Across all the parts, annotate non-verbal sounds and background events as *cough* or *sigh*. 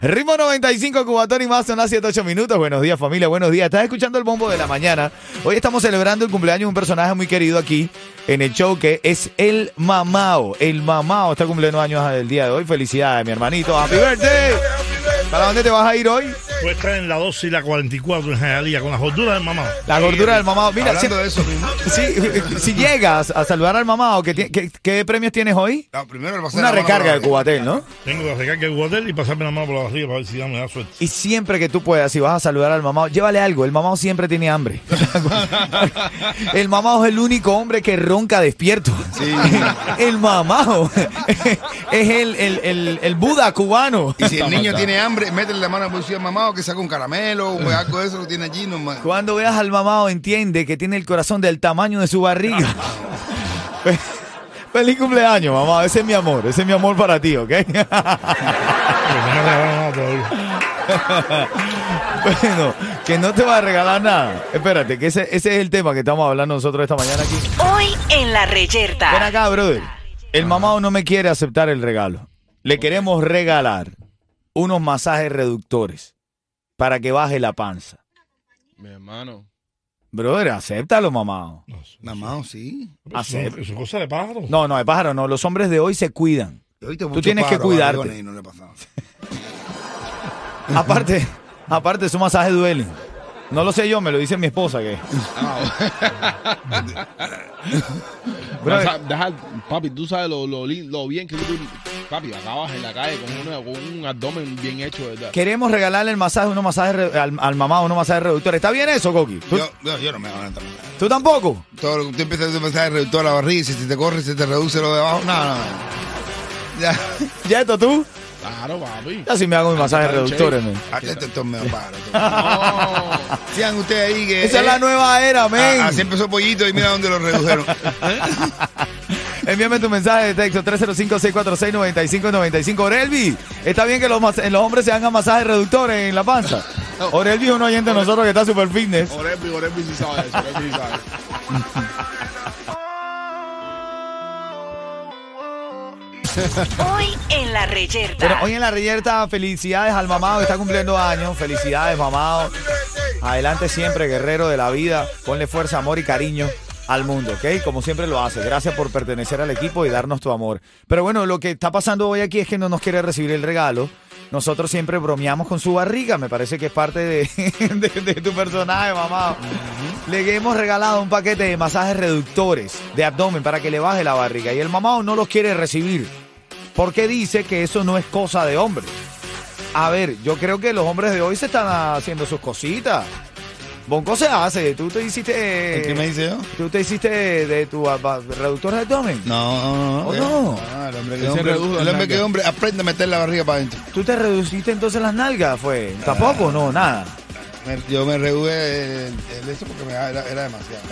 Ritmo 95, Cubatón y más son las 7-8 minutos. Buenos días, familia, buenos días. Estás escuchando el bombo de la mañana. Hoy estamos celebrando el cumpleaños de un personaje muy querido aquí en el show que es el Mamao. El Mamao está cumpliendo años el día de hoy. Felicidades, mi hermanito. ¡Happy birthday! ¿Para dónde te vas a ir hoy? Puedes estar en la 12 y la 44 en Jalía con las gorduras del mamado. La gordura del Mamao. Mira, si, eh, Hablando de eso mismo. *laughs* si- si llegas a saludar al Mamao, ¿qué, ti- qué- qué premios tienes hoy? No, primero le pasé Una la mano recarga por de la- Cubatel, ¿no? *laughs* Tengo que recargar el hotel y pasarme la mano por la barriga para ver si ya me da suerte. Y siempre que tú puedas, si vas a saludar al mamado, llévale algo. El mamado siempre tiene *laughs* hambre. el mamado es el único hombre que ronca despierto. *laughs* el mamado *laughs* es el, el, el, el Buda cubano. Y si el niño tiene hambre, métele la mano al bolsillo al mamado que saca un caramelo o Eh. algo de eso lo tiene allí nomás. Cuando veas al mamado, entiende que tiene el corazón del tamaño de su barriga. Fe- Feliz cumpleaños, mamá. Ese es mi amor. Ese es mi amor para ti, ¿ok? *laughs* Porque no me regalaron nada todavía. bueno, que no te va a regalar nada. Espérate, que ese, ese es el tema que estamos hablando nosotros esta mañana aquí. Hoy en La Reyerta. Ven acá, brother. El mamado no me quiere aceptar el regalo. Le queremos regalar unos masajes reductores para que baje la panza. Mi hermano. Brother, acéptalo, mamado. Mamado, oh, sí. Hacer. Eso, eso es cosa de pájaro. No, no, de pájaro, no. Los hombres de hoy se cuidan. Yo ahorita Tú mucho tienes que pájaro, cuidarte. barrigones, y no le ha pasado. *laughs* Aparte, aparte, su masaje duele. No lo sé yo, me lo dice mi *laughs* esposa que. Brother, Vas a dejar- papi, tú sabes lo, lo, lin- lo bien que tú. Papi, acabas en la calle con, una- con un abdomen bien hecho, de ¿verdad? queremos regalarle el masaje, unos masajes re- al, al mamado, unos masajes reductores. ¿Está bien eso, Coqui? ¿Tú, Yo, yo, yo no me voy a entrar. tú tampoco? Todo lo que tú empiezas a pensar es reductor a la barriga, y si se te corre, se te reduce lo de abajo. No, no, no. *laughs* Ya, ¿Ya esto tú? Claro, papi. Ya sí me hago mis masajes está el reductores, che. men. esto es medio pájaro. No. *laughs* Sean ustedes ahí que. Esa es la nueva Eh, era, men. Ah, Así empezó Pollito y mira dónde lo redujeron. Envíame tu mensaje de texto 305-646-9595. Orelvi, está bien que los, mas- los hombres se hagan masajes reductores en la panza. Orelvi es un oyente de nosotros que está super *laughs* fitness. Orepi, Orepi sí sabe eso. Orepi sí sabe. Hoy en La Reyerta. Bueno, hoy en la reyerta, felicidades al mamado que está cumpliendo años. Felicidades, mamado. Adelante siempre, guerrero de la vida. Ponle fuerza, amor y cariño al mundo, ¿ok? Como siempre lo hace. Gracias por pertenecer al equipo y darnos tu amor. Pero bueno, lo que está pasando hoy aquí es que no nos quiere recibir el regalo. Nosotros siempre bromeamos con su barriga. Me parece que es parte de, *laughs* de- de tu personaje, mamado. Le hemos regalado un paquete de masajes reductores de abdomen para que le baje la barriga. Y el mamado no los quiere recibir porque dice que eso no es cosa de hombres. A ver, yo creo que los hombres de hoy se están haciendo sus cositas. Bonco se hace, tú te hiciste... ¿Qué me dice yo? Tú te hiciste de tu ah, ah, reductor de abdomen. No, no, Oh, no. no. Ah, el hombre que Ese hombre, redujo, el hombre que Hernández. hombre aprende a meter la barriga para adentro. ¿Tú te reduciste entonces las nalgas, fue? Tampoco, no, nada. Me- Yo me reduje el, el eso porque me, era, era demasiado.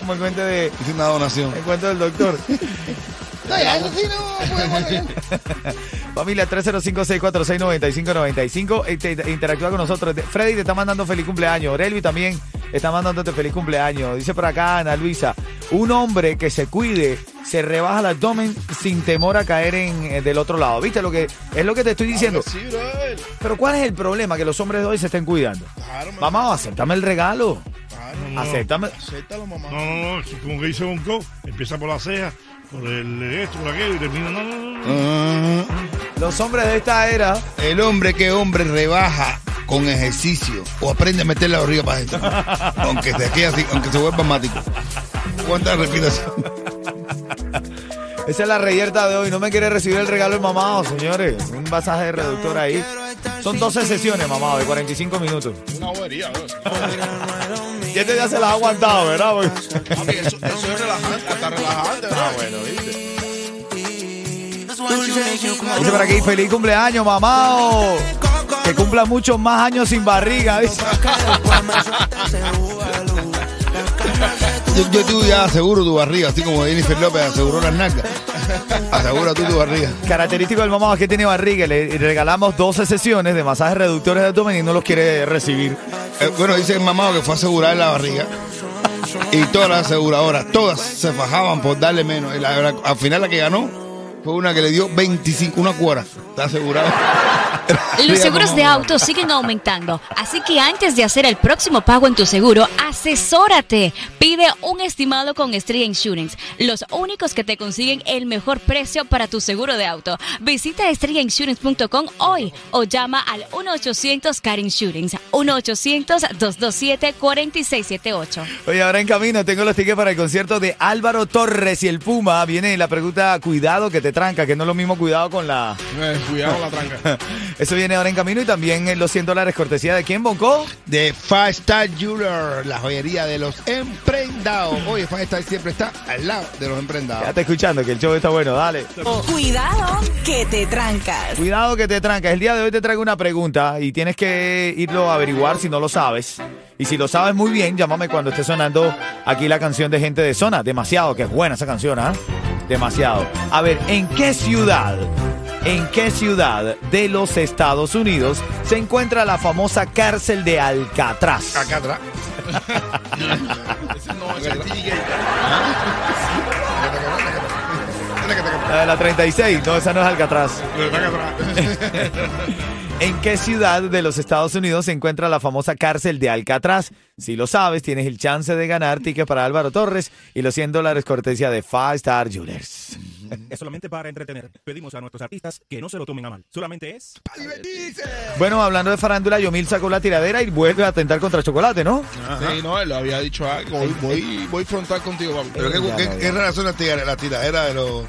Como el cuento, de, Hice una donación. el cuento del *laughs* doctor. Eh, No, ya, eso sí no pues, podemos. *laughs* *laughs* Familia 305-646-9595. Este, Interactúa con nosotros. Freddy te está mandando feliz cumpleaños. Orelvi también está mandándote feliz cumpleaños. Dice por acá Ana Luisa, un hombre que se cuide, se rebaja el abdomen sin temor a caer en, eh, del otro lado. ¿Viste lo que es lo que te estoy diciendo? Sí, brother. Pero ¿cuál es el problema? Que los hombres de hoy se estén cuidando. Claro, man. Mamá, acéptame el regalo. Claro, no. Acéptame. Acéptalo, mamá. No, no, no, es como que dice Bonco, empieza por la ceja, por el esto, por aquello y termina. No, no, no, no. Ah, Los hombres de esta era el hombre que hombre rebaja con ejercicio o aprende a meter la barriga para *laughs* adentro. aunque se quede así, aunque se vuelva mático. ¿Cuántas respiraciones? Esa es la reyerta de hoy. No me quiere recibir el regalo el mamado, señores. Un pasaje de reductor ahí. Son 12 sesiones, mamado, de 45 minutos. Una bobería, bro. Y este ya se las ha aguantado, ¿verdad? Porque- Papi, eso, eso es relajante, hasta relajante. Ah, bueno, viste. Dice por aquí, feliz cumpleaños, mamado. Que cumpla muchos más años sin barriga. dice. yo, yo tú ya aseguro tu barriga, así como Jennifer López aseguró las nalgas. Asegura tú tu barriga. Característico del mamado es que tiene barriga. Le regalamos 12 sesiones de masajes reductores de abdomen y no los quiere recibir. Eh, bueno, dice el mamado que fue a asegurar la barriga. Y todas las aseguradoras, todas se fajaban por darle menos. Y la- la- al final la que ganó fue una que le dio 25, una cuara. Está asegurado. Los seguros de auto siguen aumentando, así que antes de hacer el próximo pago en tu seguro, asesórate. Pide un estimado con Street Insurance, los únicos que te consiguen el mejor precio para tu seguro de auto. Visita streetinsurance.com hoy o llama al 1-800-CAR Insurance, 1-800-227-4678. Oye, ahora en camino tengo los tickets para el concierto de Álvaro Torres y el Puma. Viene la pregunta, cuidado que te tranca, que no es lo mismo cuidado con la... *laughs* Eh, cuidado la tranca. Eso viene ahora en camino y también eh, los 100 dólares cortesía de quién, Bonco. De Five Star Jeweler, la joyería de los emprendados. Oye, Five Star siempre está al lado de los emprendados. Quédate escuchando que el show está bueno, dale. Cuidado que te trancas. Cuidado que te trancas. El día de hoy te traigo una pregunta y tienes que irlo a averiguar si no lo sabes. Y si lo sabes muy bien, llámame cuando esté sonando aquí la canción de Gente de Zona. Demasiado, que es buena esa canción, ¿ah? Demasiado. A ver, ¿en qué ciudad, en qué ciudad de los Estados Unidos se encuentra la famosa cárcel de Alcatraz? Acá atrás. La de la 36, no, esa no es Alcatraz. *laughs* ¿En qué ciudad de los Estados Unidos se encuentra la famosa cárcel de Alcatraz? Si lo sabes, tienes el chance de ganar tickets para Álvaro Torres y los 100 dólares cortesía de Five Star Jewelers. Es solamente para entretener. Pedimos a nuestros artistas que no se lo tomen a mal. Solamente es. Bueno, hablando de farándula, Yomil sacó la tiradera y vuelve a atentar contra Chocolate, ¿no? Sí, no, él lo había dicho algo. Voy, voy, voy frontal contigo, papi. Pero qué, qué, qué raras son las tira- las tiraderas de los...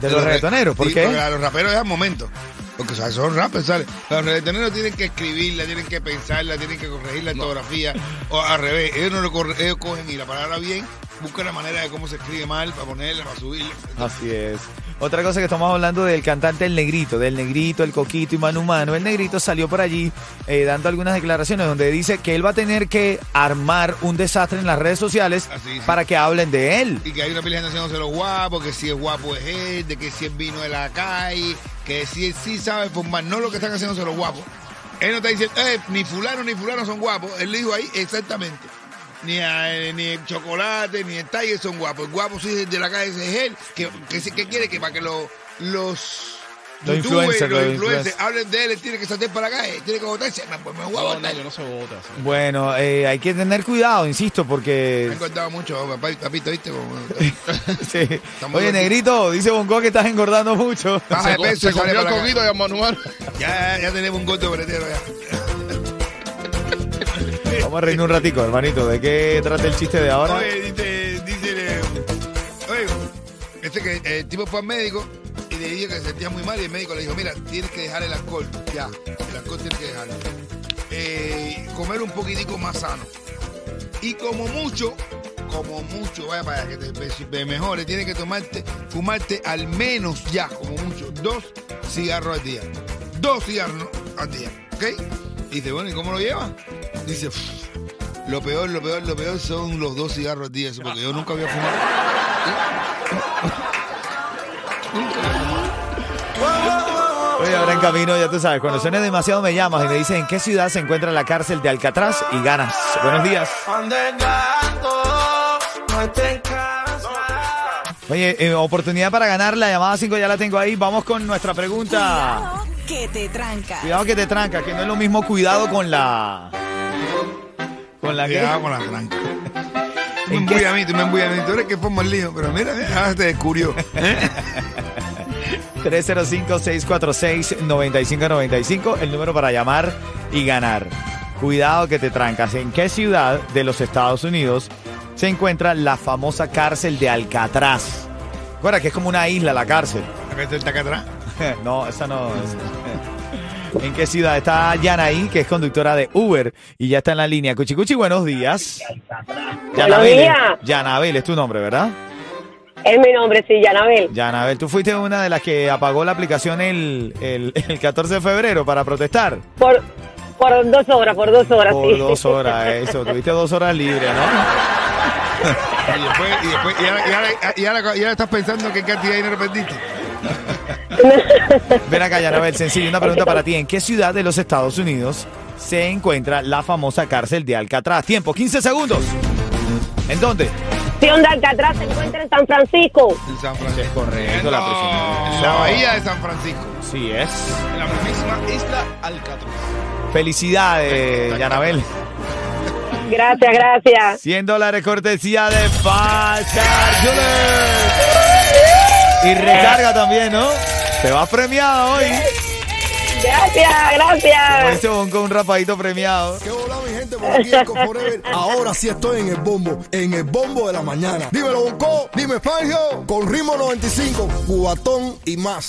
De los re- reggaetoneros, ¿por sí, qué? porque a los raperos es al momento. Porque o sea, son rappers, ¿sabes? Los reggaetoneros tienen que escribirla, tienen que pensarla, tienen que corregir la ortografía. O al revés, ellos, no lo corre- ellos cogen y la palabra bien, buscan la manera de cómo se escribe mal para ponerla, para subirla. Así es. Otra cosa que estamos hablando del cantante El Negrito, del Negrito, El Coquito y Manu Mano. El Negrito salió por allí eh, dando algunas declaraciones donde dice que él va a tener que armar un desastre en las redes sociales Así, sí. para que hablen de él. Y que hay una pila de gente haciéndose los guapos, que si es guapo es él, de que si es vino de la calle, que si él sí sabe formar, no lo que están haciéndose los guapos. Él no está diciendo, "Eh, ni fulano ni fulano son guapos. Él le dijo ahí exactamente. Ni, a- eh, ni el chocolate, ni el talle son guapos. El guapo sí es de la calle, ese es él. Que, que, sí- que quiere que para que lo- los... Los youtubers, influencers, los los influencers influencers. hablen de él, él tiene que saltar para la calle, tiene que votarse. Me, pues me voy a No, no, votar. que no se vota. sí. Bueno, eh, hay que tener cuidado, insisto, Me porque... han contado mucho, papá, papito, ¿viste? Como- *laughs* Sí. muy Oye, gordito. Negrito, dice Bongo que estás engordando mucho. Baja de Se, peso se y sale comió el para la calle. coquito y a Manuel. *laughs* Ya, ya tenemos un gordo bretero ya. Vamos a reírnos un ratico, hermanito. ¿De qué trata el chiste de ahora? Oye, dice, dice, eh, oye, este que eh, el tipo fue al médico y le dijo que se sentía muy mal y el médico le dijo, mira, tienes que dejar el alcohol, ya, el alcohol tienes que dejarlo. Eh, comer un poquitico más sano. Y como mucho, como mucho, vaya para que te, te- te mejore, tienes que tomarte, fumarte al menos ya, como mucho, dos cigarros al día. Dos cigarros al día, ¿ok? Y dice, bueno, ¿y cómo lo lleva? Dice, "Uf, lo peor, lo peor, lo peor son los dos cigarros al día, eso, porque yo nunca había fumado. Oye, ahora en camino, ya tú sabes, cuando suene demasiado me llamas y me dices en qué ciudad se encuentra la cárcel de Alcatraz y ganas. Buenos días. Oye, eh, oportunidad para ganar, la llamada 5 ya la tengo ahí. Vamos con nuestra pregunta. Cuidado que te trancas. Cuidado que te tranca, que no es lo mismo cuidado con la... Con la que... Cuidado con la tranca. Tú me ¿En qué- embullas a mí, tú me embullas a mí. Tú eres que forma el lío, pero mira, mira, ahora te descubrió. 305-646-9595, el número para llamar y ganar. Cuidado que te trancas. ¿En qué ciudad de los Estados Unidos se encuentra la famosa cárcel de Alcatraz? Recuerda que es como una isla la cárcel. Acá está el tacatrá. *laughs* no, esa no. es. *laughs* ¿En qué ciudad está Yanaí, que es conductora de Uber y ya está en la línea? Cuchicuchi, buenos días. Yanabel, días. eh. Yanabel es tu nombre, ¿verdad? Es mi nombre, sí, Yanabel. Yanabel, tú fuiste una de las que apagó la aplicación el, el- *laughs* el 14 de febrero para protestar. Por, por dos horas, por dos horas, Por sí. *laughs* dos horas, eso. Tuviste dos horas libres, ¿no? Y después, y después, y ahora, y ahora- y ahora- y ahora estás pensando que cantidad de dinero perdiste. Ven acá, Yanabel, sencillo, una pregunta para ti. ¿En qué ciudad de los Estados Unidos se encuentra la famosa cárcel de Alcatraz? Tiempo, 15 segundos. ¿En dónde? Prisión de Alcatraz se encuentra en San Francisco. En San Francisco. correcto, la prisión. En la bahía de San Francisco. Sí es. En la mismísima isla Alcatraz. Felicidades, Yanabel. Gracias, gracias. 100 dólares cortesía de Pachar Jewelers. Y recarga también, ¿no? Te vas premiado hoy. Gracias, Como gracias. dice Bonco, un rapadito premiado. ¿Qué hola mi gente por aquí Eco Forever? Ahora sí estoy en el bombo, en el bombo de la mañana. Dímelo Bonco, dime Fangio, con ritmo 95, cubatón y más.